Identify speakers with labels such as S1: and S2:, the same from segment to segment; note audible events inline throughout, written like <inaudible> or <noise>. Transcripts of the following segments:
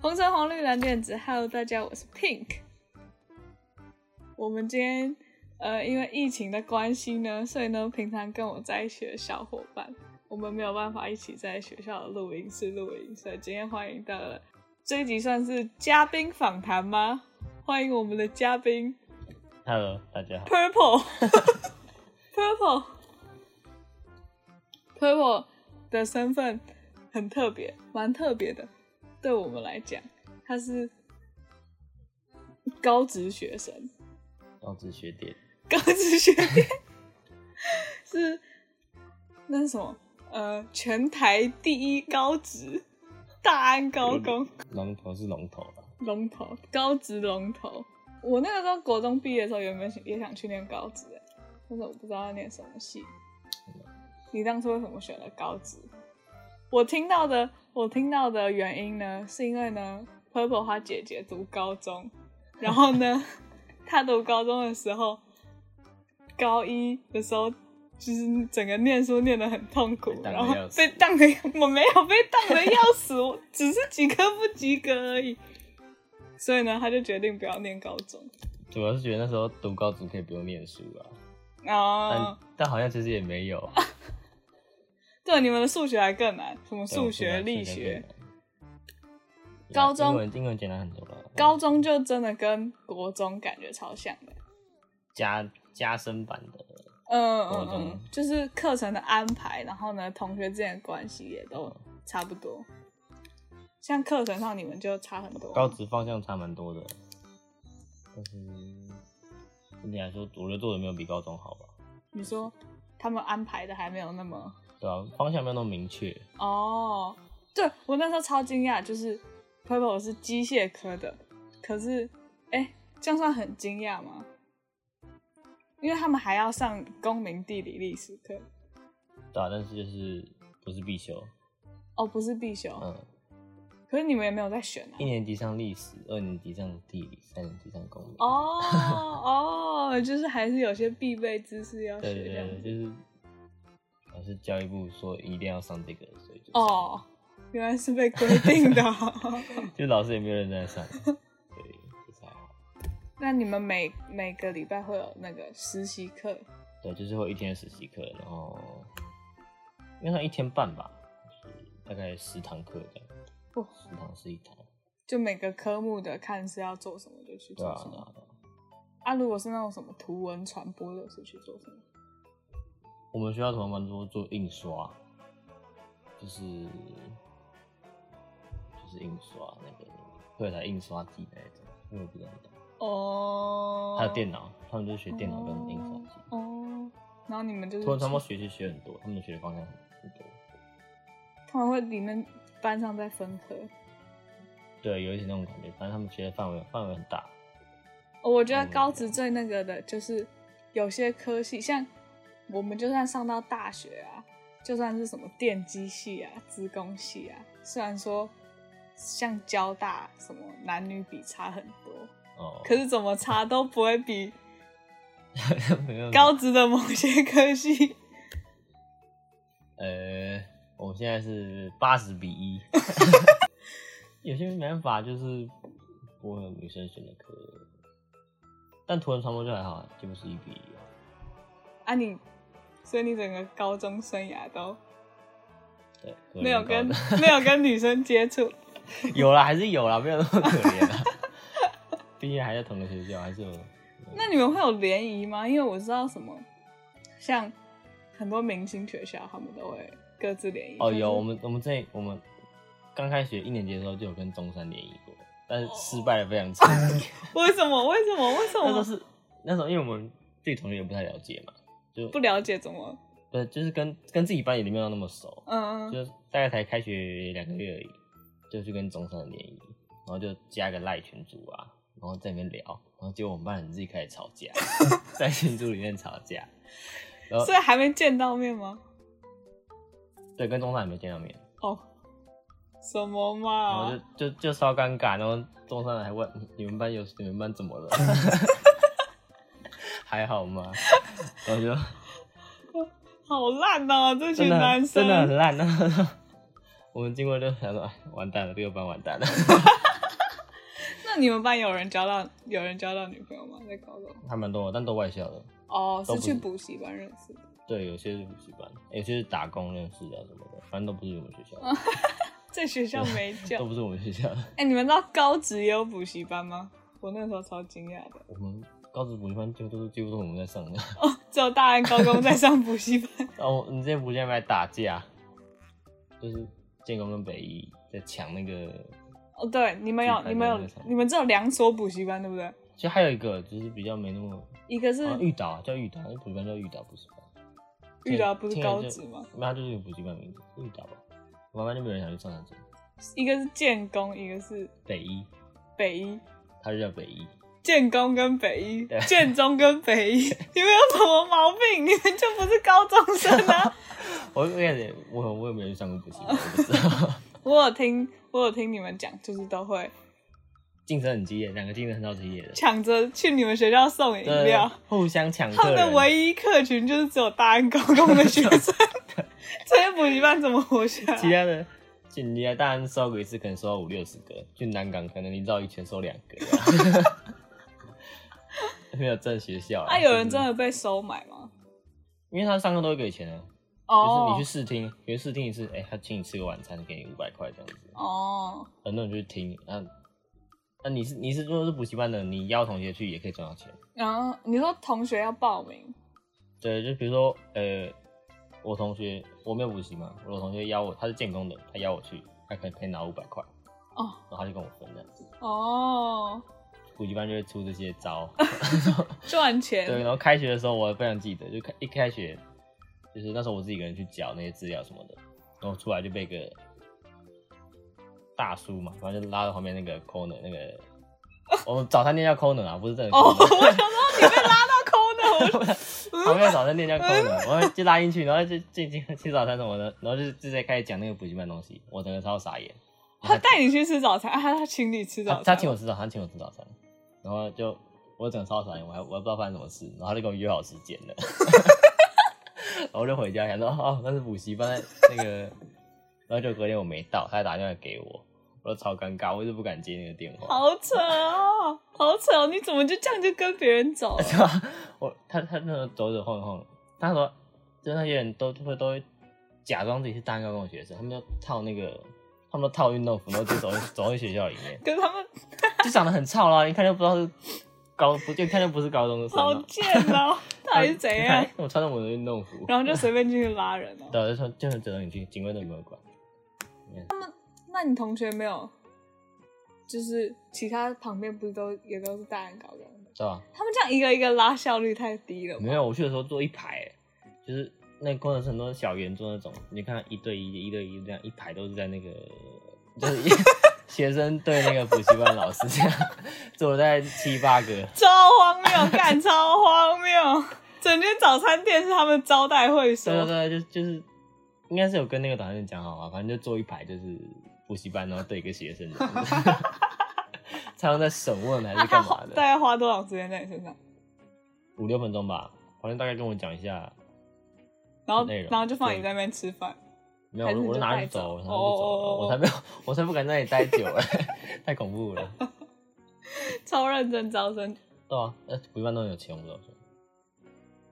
S1: 红橙黄绿蓝靛紫，Hello，大家，我是 Pink。我们今天呃，因为疫情的关系呢，所以呢，平常跟我在一起的小伙伴，我们没有办法一起在学校的录音室录音，所以今天欢迎到了这一集算是嘉宾访谈吗？欢迎我们的嘉宾
S2: Hello，大家好。
S1: <laughs> Purple，Purple，Purple <laughs> 的身份很特别，蛮特别的。对我们来讲，他是高职学生，
S2: 高职学点，
S1: 高职学弟是那是什么？呃，全台第一高职，大安高工。
S2: 龙头是龙头啦，
S1: 龙头，高职龙头。我那个时候国中毕业的时候，原本也想去念高职、欸，但是我不知道要念什么系。
S2: 嗯
S1: 你当初为什么选了高职？我听到的，我听到的原因呢，是因为呢，Purple 她姐姐读高中，然后呢， <laughs> 她读高中的时候，高一的时候。就是整个念书念得很痛苦，
S2: 被当得
S1: 然后
S2: 要死
S1: 被当的我没有被当的要死，我只是几科不及格而已。所以呢，他就决定不要念高中。
S2: 主要是觉得那时候读高职可以不用念书啦，
S1: 哦、啊
S2: 但但好像其实也没有。
S1: 对，你们的数学还哦更难，什么数学、
S2: 对
S1: 力
S2: 数
S1: 学
S2: 学，更难
S1: 高中
S2: 啊英文英文简单很多了，
S1: 高中就真的跟国中感觉超像的。
S2: 加加深版的，
S1: 嗯嗯
S2: 国
S1: 嗯
S2: 中，
S1: 就是课程的安排，然后呢，同学之间的关系也都差不多。像课程上你们就差很多。
S2: 高职方向差蛮多的，但是整体来说，我觉得做的没有比高中好吧？
S1: 你说他们安排的还没有那么
S2: 对啊，方向没有那么明确，
S1: 哦，对我那时候超惊讶，就是 Purple 是机械科的，可是哎、这样算很惊讶吗？因为他们还要上公民地理历史课，
S2: 对啊，但是就是不是必修，
S1: 哦，不是必修，
S2: 嗯，
S1: 可是你们也没有在选啊
S2: 一。年级上历史，二年级上地理，三年级上公民。
S1: 哦哦， <laughs> 就是还是有些必备知识要
S2: 对
S1: 学
S2: 对
S1: 这样
S2: 对，
S1: 子
S2: 就是老师教育部说一定要上这个，所以就上，
S1: 哦，原来是被规定的。哦
S2: 就老师也没有认真在上，对，就是还好，
S1: <laughs> 那你们每每个礼拜会有那个实习课，
S2: 对，就是会有一天的实习课，然后应该算一天半吧，就是大概十堂课这样，
S1: 哦
S2: 十堂是一堂，
S1: 就每个科目的看是要做什么就去
S2: 对
S1: 做
S2: 啊
S1: 什么
S2: 对。啊，对啊
S1: 啊，如果是那种什么图文传播的，是去做什么？
S2: 我们学校同学蛮多做印刷，就是就是印刷那个会有台印刷机那一种，我也不知道你懂，
S1: 哦
S2: 还有电脑，他们就是学电脑跟印刷机。
S1: 哦，然后你们就是
S2: 图文传播学习学很多，他们学的方向很多。
S1: 他们会里面班上再分科。
S2: 对，有一些那种感觉，反正他们学的范围范围很大。
S1: 哦我觉得
S2: 嗯
S1: 高职最那个的就是有些科系，像我们就算上到大学啊，就算是什么电机系啊、资工系啊，虽然说像交大什么男女比差很多，
S2: 哦，
S1: 可是怎么差都不会比
S2: 是 <laughs> 没有
S1: 高职的某些科系
S2: 呃，我们现在是八十
S1: <laughs>
S2: 比一。有些没办法，就是不会有女生选的科，但图文传播就还好，啊，就不是一比一啊。
S1: 啊你，所以你整个高中生涯都
S2: 对，可
S1: 没有
S2: 怜高
S1: 跟
S2: 的
S1: <laughs> 没有跟女生接触，
S2: 有啦，还是有啦，没有那么可怜啦。毕竟还在同个学校，还是有。
S1: <laughs> 那你们会有联谊吗？因为我知道什么，像很多明星学校他们都会各自联谊。
S2: 哦，有我
S1: 们
S2: 们我们这我们刚开学一年级的时候就有跟中山联谊过，但是失败的非常惨。
S1: 为什么？为什么？为什
S2: 那时候
S1: 么
S2: 是那时候因为我们对同学也不太了解嘛，就
S1: 不了解？怎么？
S2: 对，就是跟跟自己班也没有那么熟，
S1: 嗯，
S2: 就大概才开学两个月而已，就去跟中山联谊，然后就加个赖群组啊，然后在里面聊，然后结果我们班人自己开始吵架， <laughs> 在群组里面吵架，然后
S1: 所以还没见到面吗？
S2: 对，跟中山也没见到面。
S1: 哦，什么
S2: 然后
S1: 嘛？
S2: 就就就超尴尬，然后中山还问你们班有你们班怎么了，还好吗？然后就
S1: 好烂哦、这群
S2: 真的
S1: 男
S2: 很
S1: 生
S2: 真的很烂啊。我们经过就想说，哎，完蛋了，这个班完蛋了。
S1: 你们班有人交到有人交到女朋友吗？在高中？
S2: 还蛮多，但都外校的。
S1: 哦，
S2: 都
S1: 是
S2: 不
S1: 去
S2: 是
S1: 补习班认识的。
S2: 对，有些是补习班，有些是打工认识的啊什么的，反正都不是我们学校的，
S1: 在学校没
S2: 都
S1: 教。
S2: 不是我们学校的。
S1: 哎、你们知道高职也有补习班吗？我那时候超惊讶的，
S2: 我们高职补习班几乎都是几乎都是我们在上的。
S1: 只有大安高工在上补习班。
S2: 然后你之前补习班还打架，就是建工跟北一在抢那个，
S1: 哦，对，你们有，
S2: 自己开
S1: 你们有
S2: 的那种，
S1: 你们只有两所补习班，对不对？
S2: 其实还有一个就是比较没那么，
S1: 一个是
S2: 好像玉岛啊叫玉岛，那补习班叫玉岛补习班。
S1: 玉岛不是
S2: 听人
S1: 高
S2: 就
S1: 职吗？？
S2: 那它就是有补习班名字，玉岛吧。我们班就没有人想去上那种
S1: 一个是建工，一个是
S2: 北一，
S1: 北一。
S2: 它就叫北一。
S1: 建工跟北一
S2: 对，
S1: 建中跟北
S2: <laughs>
S1: 一，你们有什么毛病？你们就不是高中生
S2: <laughs>
S1: 啊！
S2: 我我感觉我我也没有去上过补习班，我不
S1: <laughs>
S2: 知道。
S1: 我有听，我有听你们讲，就是都会
S2: 竞争很激烈，两个竞争很到激烈
S1: <laughs>
S2: 的。
S1: 抢着去你们学校送饮
S2: 对
S1: 料。，
S2: 互相抢
S1: 他
S2: 客
S1: 们的
S2: 人。
S1: 唯一客群就是只有大安高工的学
S2: <laughs>
S1: 生，这些补习班怎么活下
S2: 其
S1: 来？
S2: 他的，就你来大安收个一次，可能收到五六十个，去南港可能你绕一圈收两个、 <laughs> 没有正学校
S1: 啊，有人真
S2: 的，
S1: 的被收买吗？
S2: 因为他上课都会给钱啊，就是
S1: 哦
S2: 你去试听，比如试听一次，哎、他请你吃个晚餐，给你五百块这样子，
S1: 哦，
S2: 很多人就去听，啊，那、你是你是如果是补习班的，你邀同学去也可以赚到钱，
S1: 然后你说同学要报名，
S2: 对，就比如说，呃，我同学我没有补习嘛，我同学邀我，他是建工的，他邀我去，他可能可以拿五百块，
S1: 哦
S2: 然后他就跟我分这样子。
S1: 哦，
S2: 补习班就会出这些招。
S1: 赚
S2: 对，
S1: 钱，
S2: 然后开学的时候我非常记得，就开一开学，就是那时候我自己一个人去缴那些资料什么的，然后出来就被一个大叔嘛，然后就拉到旁边那个 corner 那个，我们早餐店叫 corner 啊，不是真的
S1: 哦
S2: corner，、
S1: 大抠呢？我
S2: 旁边的早餐店叫 corner，我就拉进去，然后就进进吃早餐什么的，然后就直接开始讲那个补习班的东西，我整个超傻眼。 <laughs>
S1: 他带你去吃早餐，啊、他请你吃
S2: 他
S1: 早餐，
S2: 他请我吃早餐，他请我吃早餐，然后就我整个超讨厌，我还我还不知道发生什么事，然后他就跟我约好时间了， <laughs> 然后我就回家想说哦，那是补习班那个，然后就隔天我没到，他还打电话给我，我就超尴尬，我一直不敢接那个电话， <laughs>
S1: 好扯哦，好扯哦！你怎么就这样就跟别人走
S2: <laughs>
S1: 了？
S2: 我他他那时候走走晃晃，他说就那些人都都会都会假装自己是大高中的学生，他们就套那个。他们都套运动服，然后就走进走进学校里面，
S1: 跟他们
S2: 就长得很操啦，一看就不知道是高，不就一看就不是高中生啊。
S1: 好贱
S2: <laughs>
S1: 哦，到底是怎样？？
S2: 我穿着我的运动服，
S1: 然后就随便进去拉人哦。
S2: 对，啊就穿就是只能你去警卫都没有管。
S1: 那你同学没有，就是其他旁边不是都也都是大人高中的？
S2: 对吧？
S1: 他们这样一个一个拉，效率太低了吧。
S2: 没有，我去的时候坐一排，就是那个工程师很多小圆桌那种，你就看一对一、一对一这样一排都是在那个，就是 <laughs> 一学生对那个补习班老师这样 <laughs> 坐了大概七八个。
S1: 超荒谬，干超荒谬！整间早餐店是他们招待会所
S2: 对，对对，就就是应该是有跟那个导演讲好啊，反正就坐一排就是补习班，然后对一个学生
S1: <laughs>
S2: 这样子， <laughs> 他们在审问还
S1: 那他
S2: 是干
S1: 花
S2: 嘛的
S1: 大？概花多少时间在你身上？
S2: 五六分钟吧，反正大概跟我讲一下。
S1: 然后
S2: 内容
S1: 然后就放你
S2: 对
S1: 在那边吃饭，
S2: 没有，
S1: 还是
S2: 我
S1: 你
S2: 我
S1: 就
S2: 拿
S1: 带
S2: 去
S1: 走
S2: 走，我拿去走，
S1: 哦
S2: 我才没有，我才不敢在那里待久了， <laughs> 太恐怖了。
S1: 超认真招生
S2: 对啊，那补习班都很有钱，我不知道为什么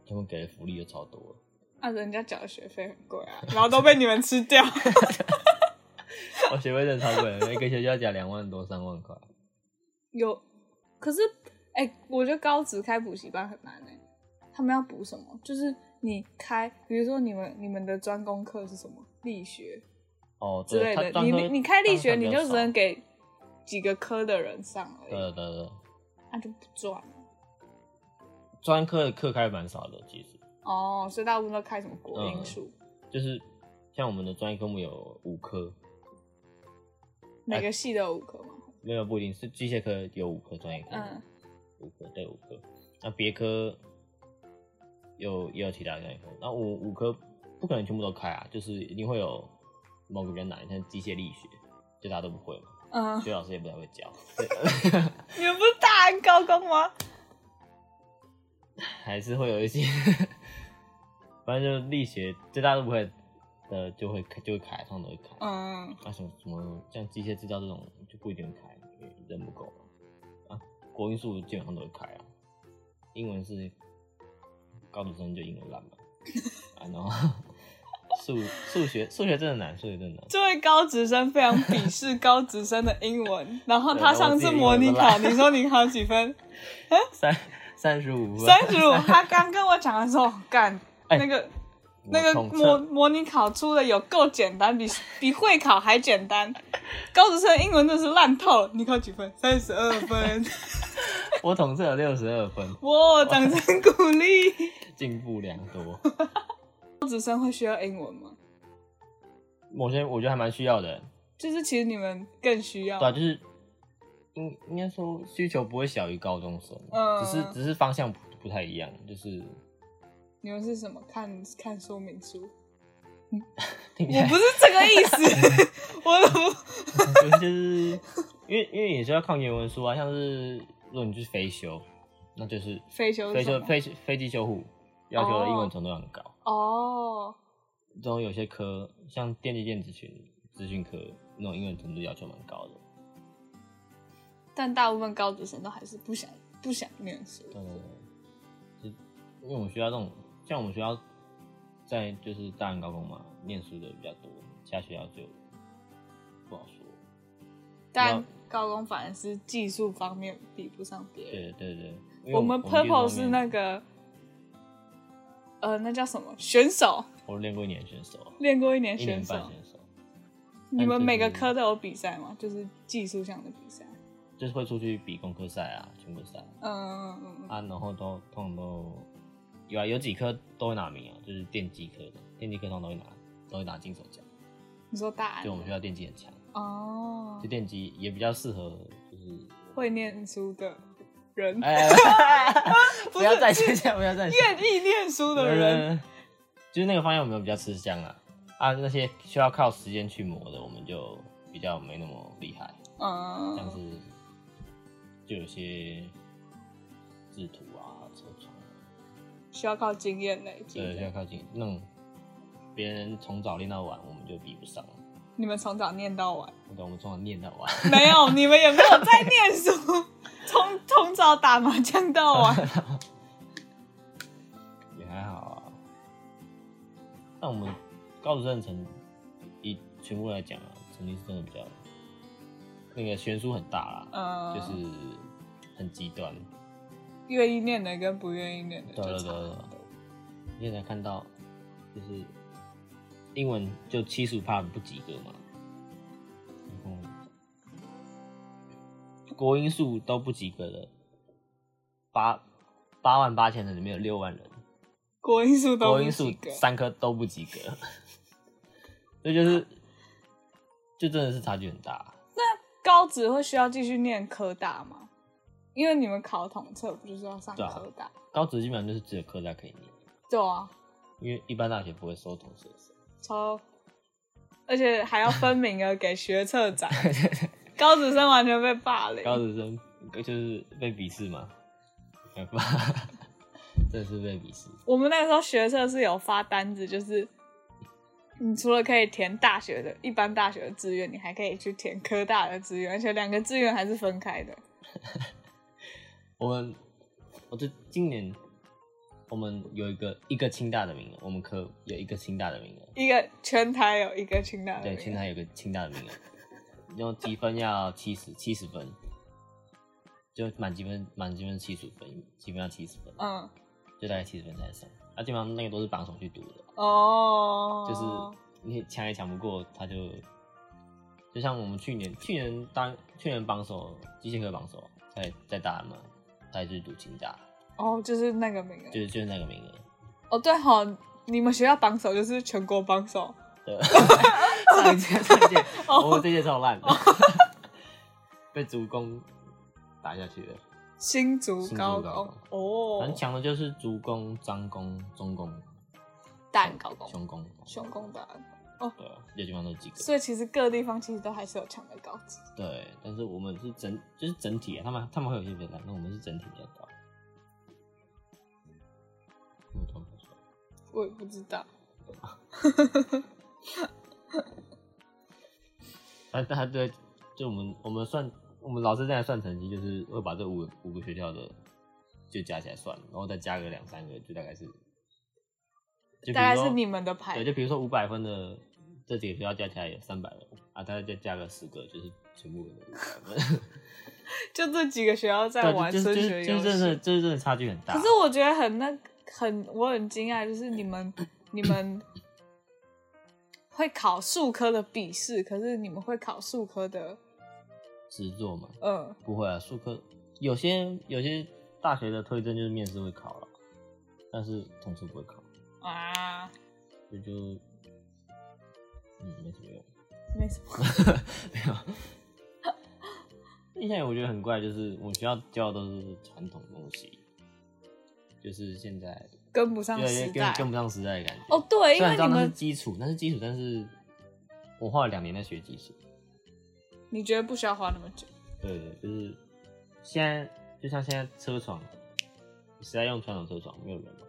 S2: 他们给的福利又超多了。
S1: 啊！人家缴的学费很贵啊，然后都被你们吃掉。
S2: 我哦学费真的超贵的，一个学期要缴两万多、三万块。
S1: 有，可是哎、我觉得高职开补习班很难哎、他们要补什么？就是你开，比如说你们你们的专攻课是什么？力学
S2: 哦，
S1: 之
S2: 对，
S1: 类
S2: 他
S1: 的。
S2: 专
S1: 你
S2: 科
S1: 你你开力学，
S2: 专科
S1: 你
S2: 比
S1: 就
S2: 较
S1: 只
S2: 少
S1: 能给几个科的人上而
S2: 对
S1: 已，
S2: 对对，对
S1: 那就不赚了。
S2: 专科的课开蛮少的，其实
S1: 哦，所以大部分都开什么国英
S2: 嗯
S1: 数，
S2: 就是像我们的专业科目有五科，
S1: 每个系都有五科嘛。
S2: 没有不一定是机械科有五科专业科，
S1: 嗯，
S2: 五科对五科，那别科有也有其他专业科，那五五科不可能全部都开啊，就是一定会有某个比较难，像机械力学，就大家都不会嘛，
S1: 嗯，
S2: 学老师也不太会教， <laughs>
S1: 你们不是大安高工吗？
S2: 还是会有一些， <laughs> 反正就是力学就大家都不会的就会开就会开，通常都会开，
S1: 嗯，
S2: 那、什么什么像机械制造这种就不一定会开，因为人不够嘛，啊国英数基本上都会开啊，英文是高职生就英文烂嘛，啊，然后 <laughs> 数数学数学真的难，数学真的难，
S1: 这位高职生非常鄙视高职生的英
S2: <laughs>
S1: 文，然后他上次模拟
S2: 对我
S1: 考，
S2: 自己英文都
S1: 你说你考几分？
S2: 三三十五分，
S1: 三十
S2: <laughs>
S1: 五。他刚跟我讲的时候，干、
S2: 哎
S1: 那个
S2: 我
S1: 那个
S2: 痛彻
S1: 模模拟考出的有够简单，比比会考还简单。高职生英文真是烂透了，你考几分？三十二
S2: <laughs>
S1: 分，
S2: 我统测了六十二分，
S1: 哇，掌声鼓励。
S2: 进步良多。
S1: 高职生会需要英文吗？
S2: 某些我觉得还蛮需要的，
S1: 就是其实你们更需要
S2: 对、啊，就是应应该说需求不会小于高中生，
S1: 嗯
S2: 只是只是方向不不太一样，就是
S1: 你们是什么？看看说明书？
S2: 听起
S1: 我
S2: 来
S1: 不是这个意
S2: <laughs>
S1: 思，我
S2: 就是因为因为也是要看原文书啊，像是如果你去飞修，那就是
S1: 非修
S2: 飞
S1: 是什
S2: 修
S1: 么
S2: 飞飞机修护要求的英文程度很高，
S1: 哦，
S2: 这种有些科像电机电子群资讯科那种英文程度要求蛮高的，
S1: 但大部分高职生都还是不想不想念书。
S2: 对对对，就因为我们学校这种像我们学校在就是大安高工嘛，念书的比较多，其他学校就不好说。
S1: 但高工反而是技术方面比不上别人。
S2: 对对对，因为
S1: 我们 purple 是那
S2: 个
S1: 个，呃，那叫什么选手？
S2: 我练过一年选手，
S1: 练过一年
S2: 一
S1: 选
S2: 年
S1: 手
S2: 半。选手。
S1: 你们每个
S2: 就是
S1: 科都有比赛吗？就是技术上的比赛。
S2: 就是会出去比功课赛啊、全国赛
S1: 嗯嗯嗯嗯嗯。
S2: 啊，然后都通常都有啊，有几科都会拿名啊，就是电机科的，电机科通常都会拿，都会拿金手奖。
S1: 你说大安
S2: 就我们学
S1: 的？
S2: 校电机很强，
S1: 哦
S2: 就，电机也比较适合，就是
S1: 会念书的人，
S2: 哎哎，哎
S1: 不
S2: 不
S1: 是
S2: 要再这样，不要再
S1: 愿意念书的人。，
S2: 就是那个方向我们比较吃香啊啊，那些需要靠时间去磨的，我们就比较没那么厉害，
S1: 嗯，
S2: 像是就有些制图啊、车床啊。
S1: 需要靠经验累积
S2: 对，就要
S1: 的。
S2: 靠近那种别人从早练到晚，我们就比不上了。
S1: 你们从早念到晚，
S2: 我懂，我们从早练到晚，
S1: <laughs> 没有，你们也没有在念书， <laughs> 从从早打麻将到
S2: <laughs>
S1: 晚。
S2: <laughs> 也还好啊。但我们高职生的成以全部来讲啊，成绩是真的比较那个悬殊很大啦，
S1: 嗯，
S2: 就是很极端。
S1: 愿意念的跟不愿意念的就
S2: 对对
S1: 差
S2: 对
S1: 很
S2: 对
S1: 多。
S2: 现在看到就是英文就七十怕不及格嘛，然后国英数都不及格的，八八万八千人里面有六万人，
S1: 国英数都
S2: 国
S1: 不
S2: 英数
S1: 及格，
S2: 三科都不及格， <laughs> 这就是就真的是差距很大。
S1: 高职会需要继续念科大吗？因为你们考统测不就是要上
S2: 对啊
S1: 科大？
S2: 高职基本上就是只有科大可以念，
S1: 对啊，
S2: 因为一般大学不会收同学生。
S1: 超，而且还要分名额给学测
S2: <laughs>
S1: 长，高职生完全被霸凌。
S2: 高职生就是被鄙视嘛，没办法， <laughs> 真的是被鄙视。
S1: 我们那个时候学测是有发单子，就是你除了可以填大学的一般大学的志愿，你还可以去填科大的志愿，而且两个志愿还是分开的。
S2: 我们，我这今年我们有一个一个清大的名额，我们科有一个清大的名额，
S1: 一个全台有一个清大的名
S2: 对，
S1: 额，
S2: 清大有个清大的名额，然后积分要七十七十分，就满积分满积分七十分，积分要七十分，
S1: 嗯
S2: 就大概七十分才上。那、基本上那个都是榜首去读的，
S1: 哦，
S2: 就是你抢也抢不过，他就就像我们去年去年当去年榜首机械科榜首在在大安嘛，他也是读清大，
S1: 哦，就是那个名额，
S2: 就是就是那个名额，
S1: 哦对好，你们学校榜首就是全国榜首，
S2: 对， <laughs> 上一届上一
S1: <laughs>
S2: 届，
S1: 哦
S2: 我们这届超烂的， <laughs> 被主攻打下去了。
S1: 新竹
S2: 新竹
S1: 高
S2: 高
S1: 工哦，
S2: 很强的就是竹工、张工、中工、
S1: 蛋高工、
S2: 雄工，
S1: 雄工的蛋，
S2: 对啊，这地方都及格。
S1: 所以其实各地方其实都还是有强的高职。
S2: 对，但是我们是整就是整体啊，他们他们会有些比较烂，那我们是整体比较高。嗯懂懂懂
S1: 我也不知道，
S2: 他他对，就我们我们算我们老师这样算成绩，就是会把这五五个学校的就加起来算，然后再加个两三个，就大概是，就比如说
S1: 大概是你们的排
S2: 对，，就比如说五百分的这几个学校加起来有三百人啊，大概再加个十个，就是全部人的五百分。
S1: 就这几个学校 <laughs> 在
S2: <laughs> 对，
S1: 玩
S2: 就
S1: 升
S2: 是就
S1: 学
S2: 是就
S1: 游
S2: 是真的
S1: 戏。
S2: 就是真的差距很大。
S1: 可是我觉得很那很，我很惊讶，就是你们你们会考数科的笔试，可是你们会考数科的，
S2: 实作嘛，
S1: 嗯，
S2: 不会啊，数科有些有些大学的推甄就是面试会考了，但是统测不会考，
S1: 啊，
S2: 所以就嗯没什么用。
S1: 没什么。
S2: 没有。印象我觉得很怪，就是我们学校教的都是传统东西，就是现在
S1: 跟不上
S2: 对
S1: 时
S2: 跟
S1: 代。
S2: 跟不上时代的感觉。
S1: 哦，对，因
S2: 虽
S1: 为
S2: 然知道
S1: 你
S2: 那是
S1: 们
S2: 基础，那是基础，但是我花了两年在学基础。
S1: 你觉得不需要花那么久，
S2: 对对，就是现在就像现在车床，时代用传统车床没有人了，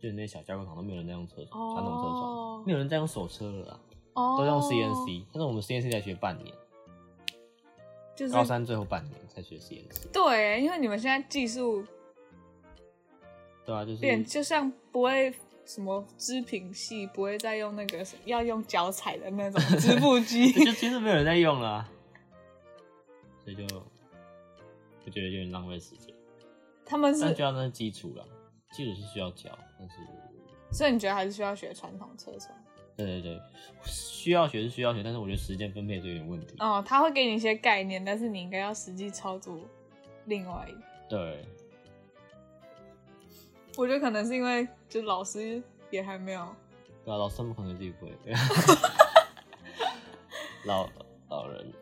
S2: 就是那些小加工厂都没有人在用车床，传统车
S1: 哦
S2: 床没有人在用手车了啦，
S1: 哦，
S2: 都用 CNC，但是我们 CNC 才学半年，
S1: 就是
S2: 高三最后半年才学 CNC。
S1: 对，因为你们现在技术
S2: 嗯对啊，就是
S1: 变，就像不会什么织品系，不会再用那个什要用脚踩的那种织布
S2: <laughs>
S1: 机，
S2: 就其实没有人在用了啊、所以就我觉得有点浪费时间。
S1: 他们
S2: 但
S1: 是
S2: 学，校那是基础啦，基础是需要教，但是
S1: 所以你觉得还是需要学传统车床？
S2: 对对对，需要学是需要学，但是我觉得时间分配是有点问题。
S1: 哦，他会给你一些概念，但是你应该要实际操作另外一
S2: 对，
S1: 我觉得可能是因为就老师也还没有
S2: 对啊，老师们可能自己不会。啊
S1: <laughs>
S2: 老老人，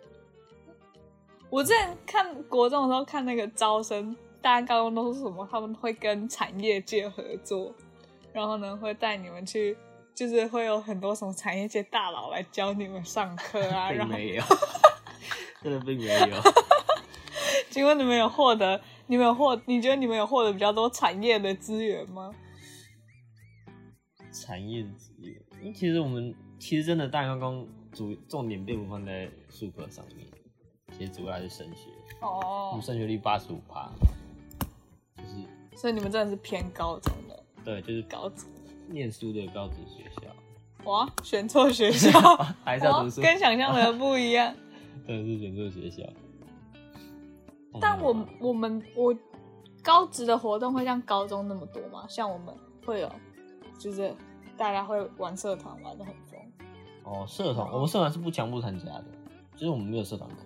S1: 我之前看国中的时候看那个招生，大家高中都是什么？他们会跟产业界合作，然后呢会带你们去，就是会有很多什么产业界大佬来教你们上课
S2: <laughs>
S1: 啊。
S2: 并
S1: 然后，
S2: 没有，真的并没有。
S1: <laughs> 请问你们有获得？你们有获？你觉得你们有获得比较多产业的资源吗？
S2: 产业职业，因为其实我们其实真的大纲纲主重点并不放在术科上面，其实主要还是升学。我
S1: 哦
S2: 们，升学率八十五趴，就是
S1: 所以你们真的是偏高中的
S2: 对，就是
S1: 高职。
S2: 念书的高职学校， <laughs> 啊
S1: 哇，选错学校，
S2: 还是要
S1: 哇
S2: 读书，，
S1: 跟想象的不一样。
S2: 真的是选错学校。
S1: 但我
S2: 哦
S1: 我们我高职的活动会像高中那么多吗？像我们会有，就是大家会玩社团玩的很疯。
S2: 哦，社团我们社团是不强迫参加的，就是我们没有社团课，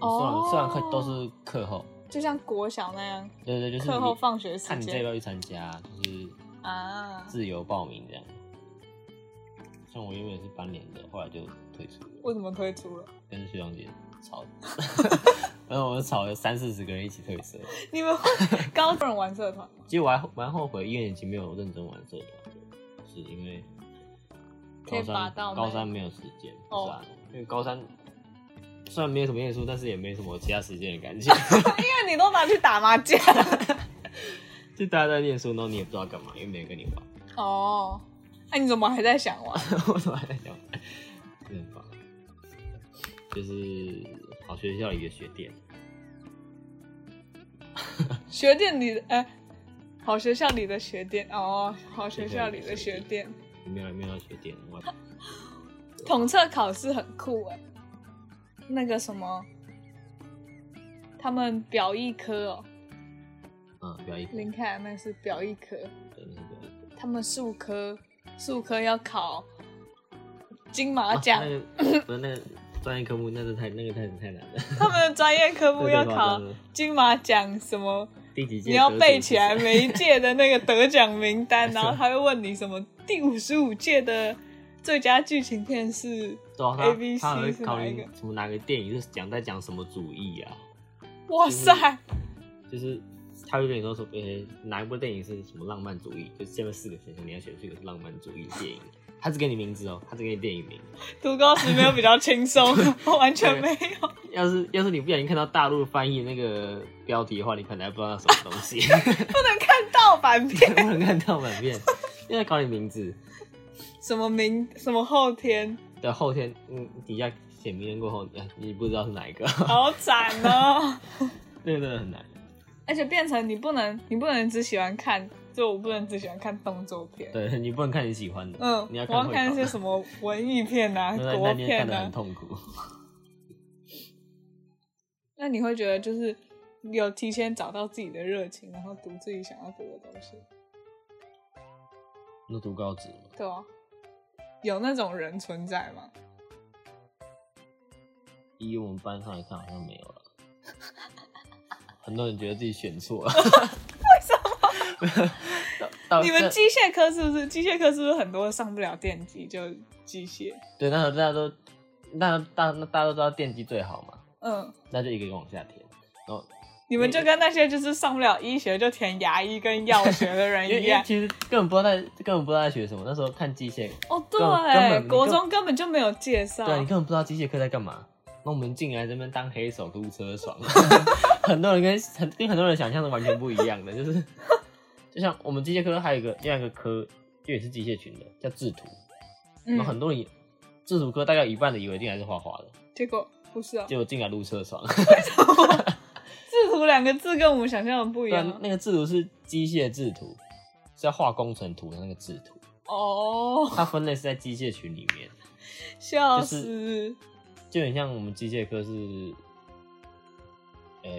S2: 我们
S1: 哦
S2: 社团社团课都是课后，
S1: 就像国小那样，
S2: 对对，就是
S1: 课后
S2: 你
S1: 放学时
S2: 看你这
S1: 间
S2: 要去参加，就是
S1: 啊。
S2: 自由报名这样。像我原本是班联的，后来就退出了，
S1: 为什么退出了？
S2: 跟学长姐吵， <laughs> 然后我们吵了三四十个人一起退社。
S1: 你们会高中人玩社团吗？ <laughs>
S2: 其实我还蛮后悔一年级没有认真玩社团的，是因为
S1: 可以
S2: 高
S1: 拔
S2: 三
S1: 到那
S2: 高
S1: 个
S2: 三没有时间，
S1: 哦
S2: 是啊，因为高三虽然没有什么念书，但是也没什么其他时间的
S1: <laughs>
S2: 感觉，
S1: 因为你都拿去打麻将。 <laughs>
S2: 就大家在念书，然后你也不知道干嘛，因为没人跟你
S1: <laughs>
S2: 玩，
S1: 哦，那、你怎么还在想玩？
S2: 我怎么还在想，真的很棒，就是好学校里的学店，
S1: 学店里的哎、好学校里的学店哦，好学校里的学店。
S2: 没有没有学店，我
S1: 统测考试很酷哎、那个什么，他们表艺科哦，
S2: 嗯，不要一
S1: 林凯阳那是表艺科，
S2: 真的是不要一
S1: 他们数科数科要考金马奖， <laughs>
S2: 啊那个不是那个专业科目，那个太那个太太难了，
S1: 他们的专业科
S2: <laughs>
S1: 目要
S2: 这太夸
S1: 考
S2: 张了
S1: 金马奖什么，
S2: 第几届
S1: 你要
S2: 得主
S1: 背
S2: 是
S1: 起来
S2: 谁
S1: 每一届的那个得奖名
S2: <laughs>
S1: 单，然后他会问你什么第五十五届的最佳剧情片是
S2: 对啊，
S1: A B
S2: 他
S1: C
S2: 他还会
S1: 是
S2: 考
S1: 哪一
S2: 你
S1: 个
S2: 什么哪个电影是讲在讲什么主义啊？
S1: 哇
S2: 嗯
S1: 塞，
S2: 就是他会跟你说说，呃、哪一部电影是什么浪漫主义？就是下面四个选项，你要选出一个是浪漫主义的电影。他只给你名字哦，他只给你电影名。
S1: 读高时没有比较轻
S2: <laughs>
S1: 松，完全没有。
S2: 要是要是你不小心看到大陆翻译那个标题的话，你可能还不知道那什么东
S1: <laughs>
S2: 西， <laughs>
S1: 不能看盗版片，
S2: 不能看盗版片，因为他考你名字。
S1: 什么明什么后天
S2: 对，后天嗯底下写前面过后，你你不知道是哪一个， <laughs>
S1: 好惨哦！
S2: 那个真的很难。
S1: 而且变成你不能，你不能只喜欢看，就我不能只喜欢看动作片。
S2: 对你不能看你喜欢的，
S1: 嗯，
S2: 你要
S1: 我要
S2: 会
S1: 看
S2: 考
S1: 一些
S2: 的，
S1: 什么文艺片啊、
S2: <laughs> 那
S1: 国
S2: 那天看
S1: 片
S2: 的
S1: 啊
S2: 很。痛苦。
S1: 那你会觉得就是有提前找到自己的热情，然后读自己想要读的东西，
S2: 那读高职吗
S1: 对啊，有那种人存在吗？
S2: 以我们班上来看，好像没有了。很多人觉得自己选错了，为什么？ <laughs> 到
S1: 你们
S2: 到
S1: 机械科是不是？机械科是不是很多上不了电机就机械？
S2: 对那时候大家都，那大那大家都知道电机最好嘛，
S1: 嗯，
S2: 那就一个一个往下填。然后
S1: 你们就跟那些就是上不了医学就填牙医跟药学的人
S2: 因为
S1: 一
S2: 因为
S1: 样。
S2: 其实根本不知道在根本不知道在学什么，那时候看机械，
S1: 哦，
S2: 根本根
S1: 对
S2: 本，
S1: 国中根本就没有介绍。
S2: 对你根本不知道机械课在干嘛。那我们进来这边当黑手撸车爽， <laughs> 很多人跟很跟很多人想象是完全不一样的，就是就像我们机械科还有一个另外一个科，就也是机械群的，叫制图。那、
S1: 嗯，
S2: 很多人以制图科大概有一半的以为进来是画画的，
S1: 结果不是啊，
S2: 结果进来撸车爽。
S1: 制图两个字跟我们想象的不一
S2: <laughs> 对啊
S1: 样啊。
S2: 那个制图是机械制图，是要画工程图的那个制图，
S1: 哦，
S2: 它分类是在机械群里面。
S1: 笑
S2: 就是
S1: 死！
S2: 就很像我们机械科是，呃、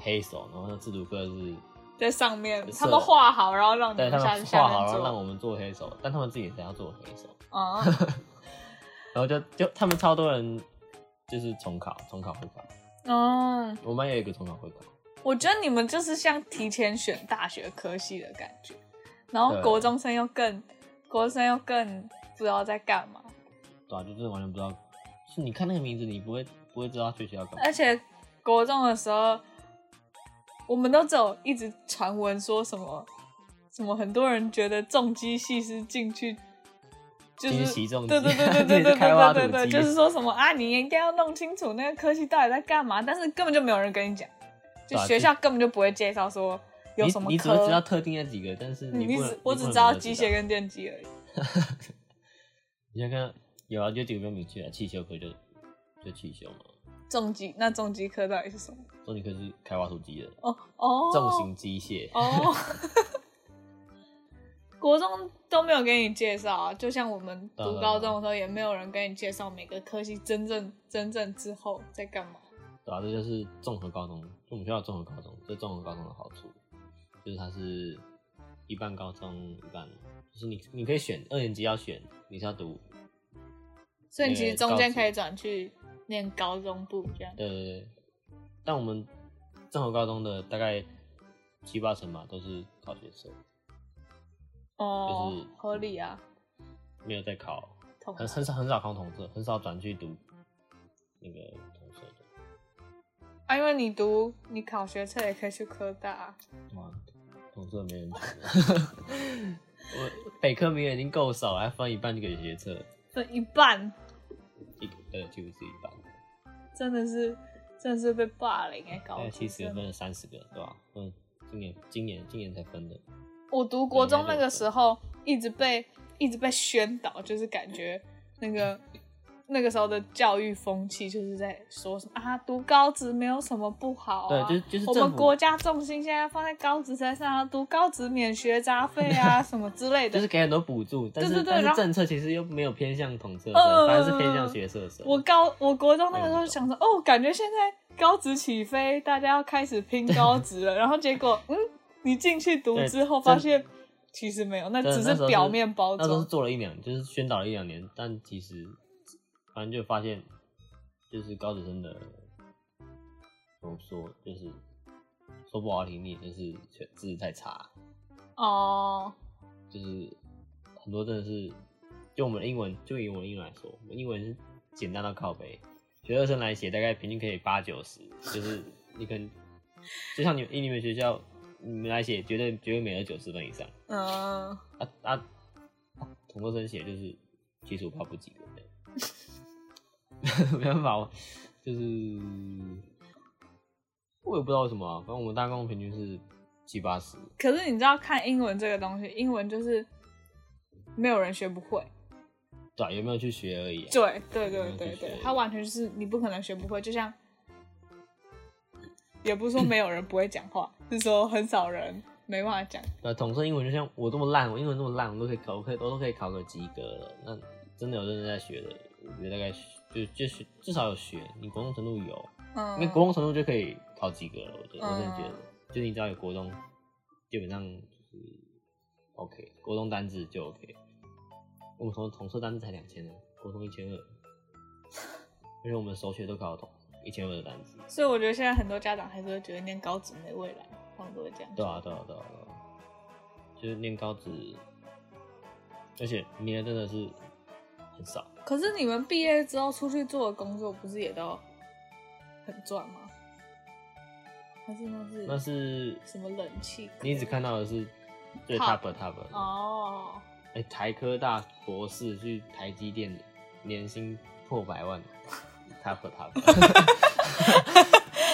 S2: 黑手，然后那制毒科是，
S1: 在上面，
S2: 是
S1: 他们画好，然后让你
S2: 对
S1: 们
S2: 他
S1: 下
S2: 们
S1: 去
S2: 画
S1: 下
S2: 好
S1: 面
S2: 然后让
S1: 做。
S2: 我们做黑手，但他们自己想要做黑手，
S1: 啊，
S2: 然后就就他们超多人就是重考，重考会考，
S1: 嗯，
S2: 我们班也有一个重考会考，
S1: 我觉得你们就是像提前选大学科系的感觉，然后
S2: 对
S1: 国中生又更，国中生又更不知道在干嘛，
S2: 对啊，就真的完全不知道，是你看那个名字，你不会不会知道去学校干嘛，
S1: 而且国中的时候，我们都只有一直传闻说什么什么，很多人觉得重机系是进去。就是
S2: 进去骑重机
S1: 对对对对
S2: <laughs> 自
S1: 对
S2: 己
S1: 对
S2: 是开挖
S1: 对
S2: 土
S1: 对对，
S2: 机
S1: 就是说什么啊，你应该要弄清楚那个科系到底在干嘛，但是根本就没有人跟你讲，就
S2: 对啊
S1: 学
S2: 就
S1: 校根本就不会介绍说有什么
S2: 你你只
S1: 科。
S2: 会知道特定那几个，但是
S1: 你
S2: 不能
S1: 只我
S2: 你
S1: 只
S2: 不能
S1: 知道
S2: 真的
S1: 机械跟电机而已。
S2: 你先看有啊，就几个比较明确啊，汽修科就就汽修嘛，
S1: 重机那重机科到底是什么？
S2: 重机科是开挖土机的。
S1: 哦哦，
S2: 重型机械。
S1: 哦。 <laughs> 国中都没有给你介绍啊，就像我们读高中的时候，也没有人跟你介绍每个科系真正真正之后在干嘛。
S2: 对啊，这就是综合高中，就我们学校有综合高中，这综合高中的好处就是它是一半高中一半，就是你你可以选二年级要选你是要读，
S1: 所以你其实中间
S2: 对高职
S1: 可以转去念高中部这样。
S2: 对对对，但我们综合高中的大概七八成吧都是考学生，
S1: 哦，
S2: 就是
S1: 合理啊，
S2: 没有在考，
S1: 同
S2: 很很少很少考统测，很少转去读那个统测的，
S1: 啊，因为你读你考学测也可以去科大啊、
S2: 哇，统测没人读了。 <laughs> 我北科名额已经够少了，还分一半就给学测。
S1: 分一半
S2: 一呃几乎是一半，
S1: 真的是真的是被霸凌哎、高
S2: 大
S1: 中
S2: 概七十个
S1: 生
S2: 分了三十个，对吧？嗯，今年今年今年才分的，
S1: 我读国中那个时候，一直被一直被宣导，就是感觉那个那个时候的教育风气就是在说什么啊，读高职没有什么不好、啊，
S2: 对，就是就
S1: 我
S2: 是政
S1: 们国
S2: 府
S1: 家重心现在放在高职身上啊，读高职免学杂费
S2: <laughs>
S1: 啊什么之类的。
S2: 就是给很多补助，但
S1: 对
S2: 是
S1: 对
S2: 但
S1: 然
S2: 是
S1: 后
S2: 政策其实又没有偏向统测
S1: 嗯
S2: 生，反而是偏向学测生。
S1: 我高我国中那个时候想说，哦，感觉现在高职起飞，大家要开始拼
S2: <laughs>
S1: 高职了，然后结果嗯，你进去读
S2: 对
S1: 之后
S2: 真
S1: 发现其实没有，那
S2: 真的
S1: 只
S2: 那时候
S1: 表面包
S2: 那时候
S1: 装
S2: 是。做了一两，就是宣导了一两年，但其实反正就发现，就是高职生的怎么说，就是说不好听点，就是学知识太差，
S1: 哦，
S2: 就是很多真的是，就我们的英文，就以我们英文来说，我们英文是简单到靠背，学二生来写大概平均可以八九十，就是你可能就像你以你们学校你们来写，绝对绝对没有九十分以上，
S1: 嗯，
S2: 啊啊，同桌生写就是其实我怕不及格的， <laughs> 没办法，我就是我也不知道为什么、啊，反正我们大纲平均是七八十，
S1: 可是你知道看英文这个东西，英文就是没有人学不会，
S2: 对啊，有没有去学而已啊、
S1: 对对
S2: 有
S1: 对
S2: 没有
S1: 对
S2: 去
S1: 对
S2: 学，
S1: 它完全就是你不可能学不会，就像，也不是说没有人不会讲
S2: <laughs>
S1: 话，是说很少人没办法讲。
S2: 那统测英文就像我这么烂，我英文这么烂，我都可以考，我可以我都可以考个及格了。那真的有认真在学的，我觉得大概就就是至少有学，你国中程度有，
S1: 嗯，
S2: 因为国中程度就可以考及格了。我觉得、我真的觉
S1: 嗯
S2: 得，就你只要有国中，基本上就是 OK，国中单字就 OK。我们从统测单字才两千呢，国中一千
S1: <laughs>
S2: 二，而且我们手写都考得懂一千二的单字。
S1: 所以我觉得现在很多家长还是会觉得念高职没未来，他们都会这样。
S2: 对啊，对啊，对啊，对啊，就是念高职，而且念的真的是很少。
S1: 可是你们毕业之后出去做的工作，不是也都很赚吗？还是那是
S2: 那是
S1: 什么冷气科？
S2: 你只看到的是最
S1: Top
S2: top top 的。
S1: 哦，
S2: 哎、台科大博士去台积电，年薪破百万，top top。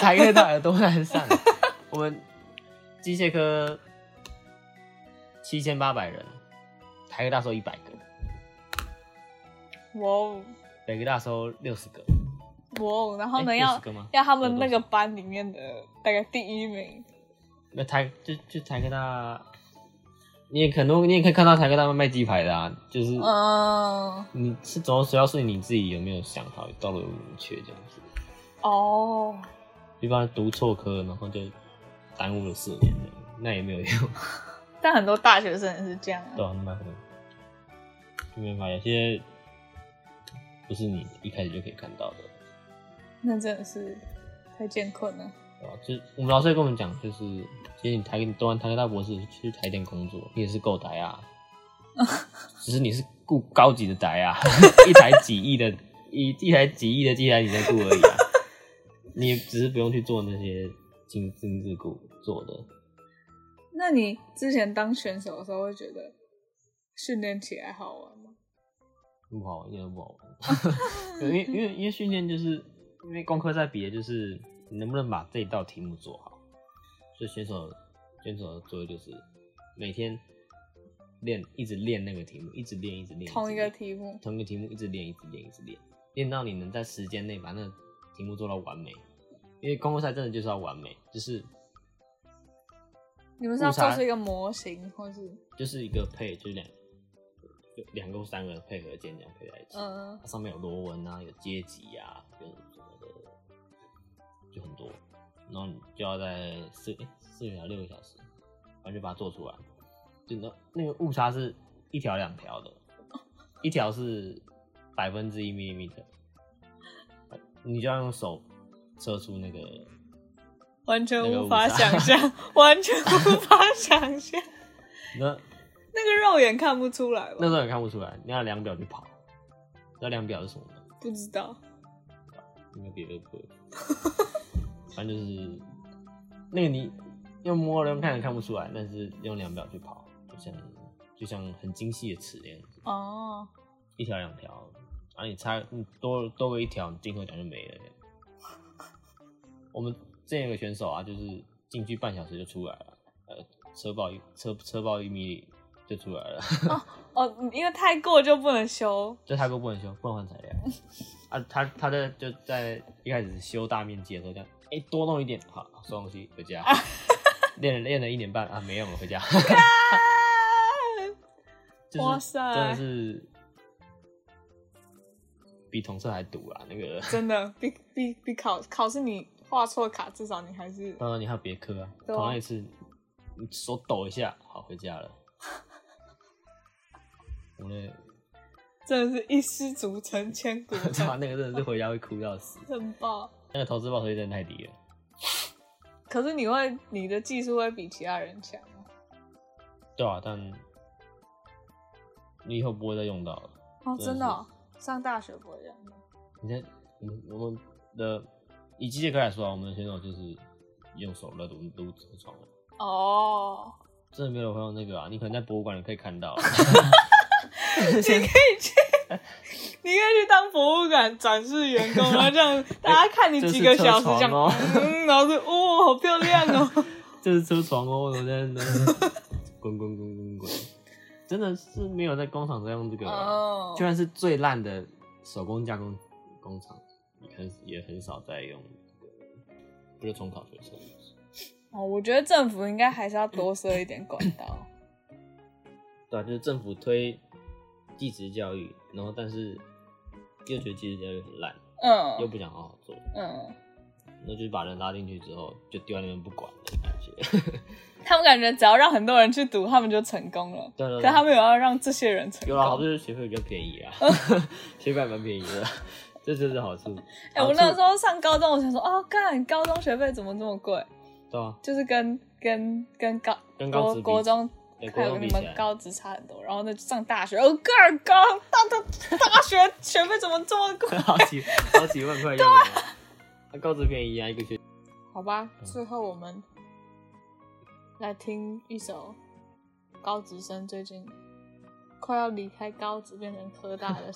S2: 台科大有多难上啊？我们机械科七千八百人，台科大收一百个，
S1: 哇哦
S2: 北科大收六十个。
S1: 哇哦，然后呢
S2: 哎
S1: 要
S2: 60个吗
S1: 要他们那个班里面的大概第一名，
S2: 那台就就台科大，你也可能你也可以看到台科大卖卖鸡排的啊，就是
S1: 嗯，
S2: 你是总要主要是你自己有没有想好道路有没有明确这样子，
S1: 哦，
S2: 一般读错科然后就耽误了四年的，那也没有用， <laughs>
S1: 但很多大学生也是这样啊
S2: 对。啊，那蛮可能就没办法，有些不是你一开始就可以看到的，
S1: 那真的是太艰困了。
S2: 对吧、就是我们老师也跟我们讲，就是其实你台你读完台科大博士去台电工作，你也是够台啊，只是你是雇高级的台啊， <laughs> 一台几亿的一一台几亿的机台你在雇而已啊，你只是不用去做那些精精致雇做的，
S1: 那你之前当选手的时候，会觉得训练起来好玩吗？
S2: 不好玩，一点都不好玩， <laughs> 因为因为因为训练就是因为功课在比的就是你能不能把这一道题目做好，所以选手选手的作业就是每天练，一直练那个题目，一直练，一直练，
S1: 同一个
S2: 直练
S1: 题目，
S2: 同一个题目一直练，一直练，一直练，练到你能在时间内把那个题目做到完美，因为功课赛真的就是要完美，就是
S1: 你们是要
S2: 误差
S1: 做出一个模型，或是
S2: 就是一个配，就是两就两个或三个配合键这样配在一起，
S1: 嗯
S2: 它上面有螺纹啊，有阶级啊，有什么的，就很多。然后你就要在四诶四个小时六个小时，然后就把它做出来。就那那个误差是一条两条的，一条是百分之一 m m 你就要用手测出那个
S1: 完全
S2: 那个
S1: 无
S2: 误
S1: 法
S2: 差
S1: 想象，
S2: <laughs>
S1: 完全无法想象，
S2: 那
S1: 那个肉眼看不出来吧？
S2: 那时候也看不出来，你要量表去跑。知道量表是什么吗？
S1: 不知道，
S2: 应该别的不会。反正就是那个你用摸人看也看不出来，但是用量表去跑，就像就像很精细的尺那样子，
S1: 哦，
S2: 一条两条，然后你差你多多个一条，你金球奖就没了这样。我们之前有个选手啊，就是进去半小时就出来了，呃，车爆一车车爆一米就出来了，
S1: 哦，因为太过就不能修，
S2: 就他哥不能修，不能换材料。啊，他他在就在一开始修大面积的时候，这样，哎、多弄一点，好，收东西
S1: <laughs>
S2: 回家。练了练了一年半啊，没用了，回家。 <laughs> 就是
S1: 哇塞
S2: 真的是比同事还毒啊！那个， <laughs>
S1: 真的比比比考考试你画错卡，至少你还是
S2: 当然你还有别科啊，
S1: 对啊
S2: 考那一次，你手抖一下，好回家
S1: <laughs>
S2: 了。我那个， <laughs>
S1: 真的是一失足成千 <laughs> 古
S2: 对啊
S1: 恨，
S2: 那个真的是回家会哭到死，
S1: 很爆。
S2: 那个投资报酬率真的太低了。
S1: 可是你会，你的技术会比其他人强吗？
S2: 对啊，但你以后不会再用到了。
S1: 哦，
S2: 真的是
S1: 真的哦、上大学不会这样吗。
S2: 你看，我们我们的以机械科来说啊，我们的选手就是用手勒读读车窗了，
S1: <laughs> 哦，
S2: 真的没有会用那个啊。你可能在博物馆里可以看到啊， <laughs>
S1: 你可以去当博物馆展示员工，然后这 <laughs> 样大家看你几个小时，哎这
S2: 这是
S1: 样，
S2: 车床哦
S1: 嗯，然后就哦，好 <laughs> 漂亮哦。
S2: 这是车床哦，我在那滚滚滚滚滚。真的是没有在工厂在用这个啊，
S1: 哦
S2: 就，算是最烂的手工加工工厂，也很也很少在用这个，不就重考学生？
S1: 哦，我觉得政府应该还是要多设一点管道。
S2: 对啊，就是政府推技职教育，然后但是又觉得技职教育很烂，又
S1: 嗯
S2: 不想好好做，
S1: 嗯，
S2: 那就是把人拉进去之后就丢在那边不管的感觉。
S1: 他们感觉只要让很多人去读，他们就成功了。
S2: 对啊对
S1: 可
S2: 对，
S1: 他们有要让这些人成
S2: 有
S1: 功。
S2: 了好处就是学费比较便宜
S1: <laughs>
S2: 啊，学费还蛮便宜的，这就是好处。
S1: 哎、我那时候上高中，我想说，哦，干，高中学费怎么这么贵？
S2: 对啊，
S1: 就是跟跟跟高
S2: 跟高职
S1: 国国
S2: 比
S1: 中
S2: 对
S1: 还
S2: 国
S1: 有
S2: 中比
S1: 你
S2: 起来
S1: 们高职差很多，然后那上大学，哦，干高大大 <laughs> 大学学费怎么这么贵？
S2: 好几好几万块用的，啊那高职便宜啊，一个学
S1: 好吧，最后我们来听一首高职生最近快要离开高职变成科大的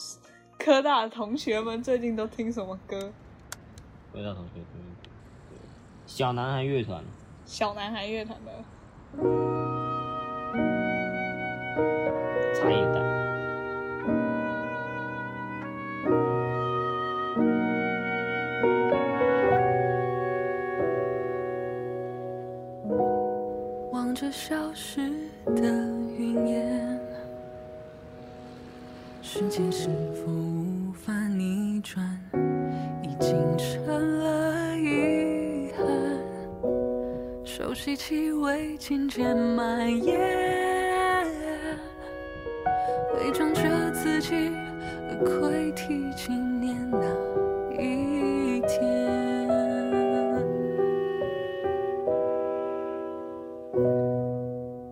S1: 科大的同学们最近都听什么歌？
S2: 回到同学对小男孩乐团，
S1: 小男孩乐团的
S2: 茶叶
S1: 啊
S2: 蛋，
S3: 望着消失的云烟，时间是否无法逆转，已经成了遗憾。熟悉气味渐渐蔓延，伪装着自己，而愧替今年那一天。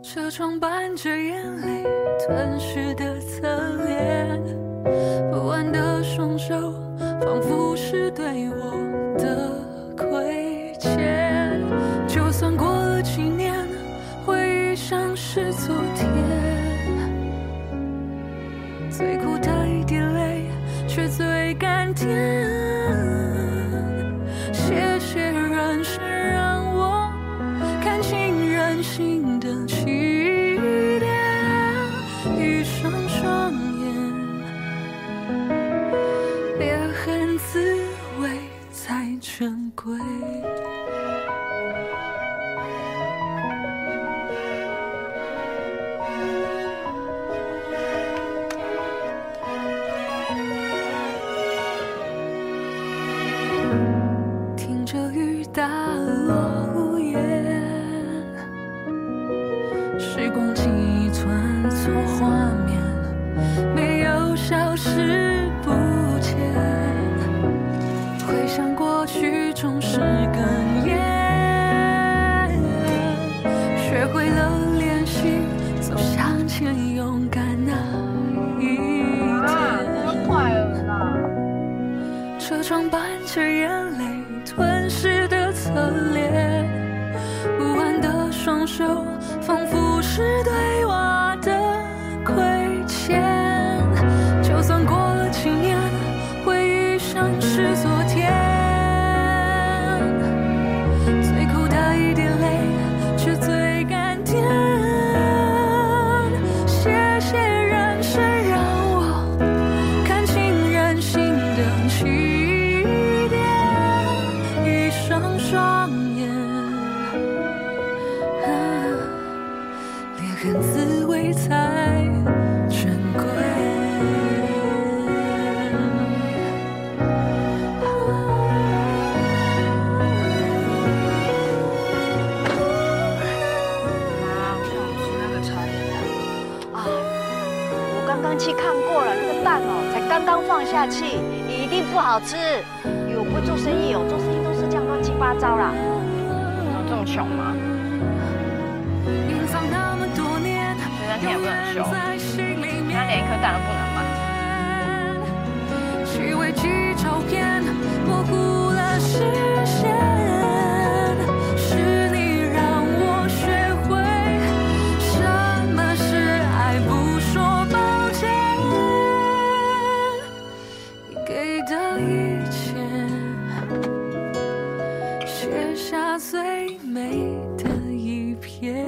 S3: 车窗伴着眼泪吞噬的侧脸，不安的双手仿佛是对我的亏欠。就算过了几年，回忆像是昨天，最苦的一滴泪却最甘甜。谢谢人世让我看清人性的起点，闭上双眼，别恨滋味才珍贵。听着雨打落屋檐，时光记忆穿梭画面，没有消失不见。回想过去，总是哽咽，学会了练习走向前，勇敢那一
S4: 啊
S3: 天。车窗伴着眼泪吞噬的侧脸，不安的双手仿佛是对我的亏欠。就算过了几年，回忆像是昨天，最苦的一滴泪却最甘甜。谢谢人生让我。看清人性的起点，闭上双眼，啊，裂痕滋味才珍贵。
S4: 啊，我想吃那个茶叶蛋。啊，我刚刚去看过了，那个蛋哦，才刚刚放下去，一定不好吃。有不做生意哦，做生意都是这样乱七八糟啦。有这么穷吗？
S3: 隐藏那么多年，
S4: 天也不能休
S3: 在心里面。
S4: 一颗蛋都不能买。
S3: 虚伪及照片模糊了视线，是你让我学会什么是爱，不说抱歉。你给的一切，写下最美的一篇。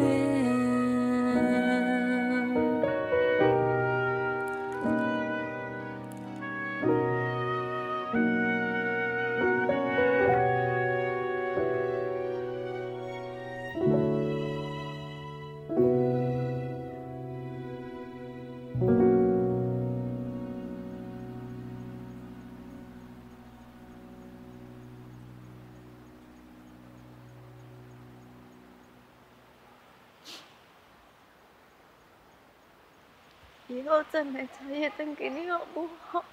S5: 以后再买茶叶蛋给你好不好？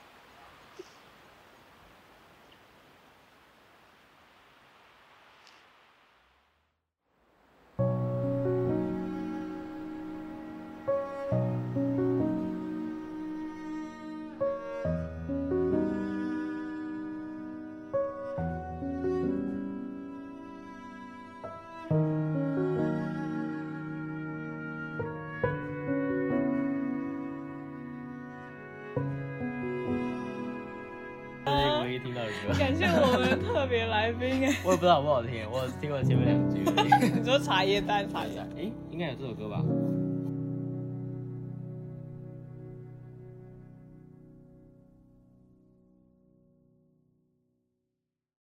S2: 这是唯一听到的歌。
S1: 感谢我们的特别来宾 <laughs> 哎，
S2: 我也不知道好不好听，我只听过前面两句而已。
S1: 你说茶叶蛋，茶叶蛋。
S2: 哎、应该有这首歌吧？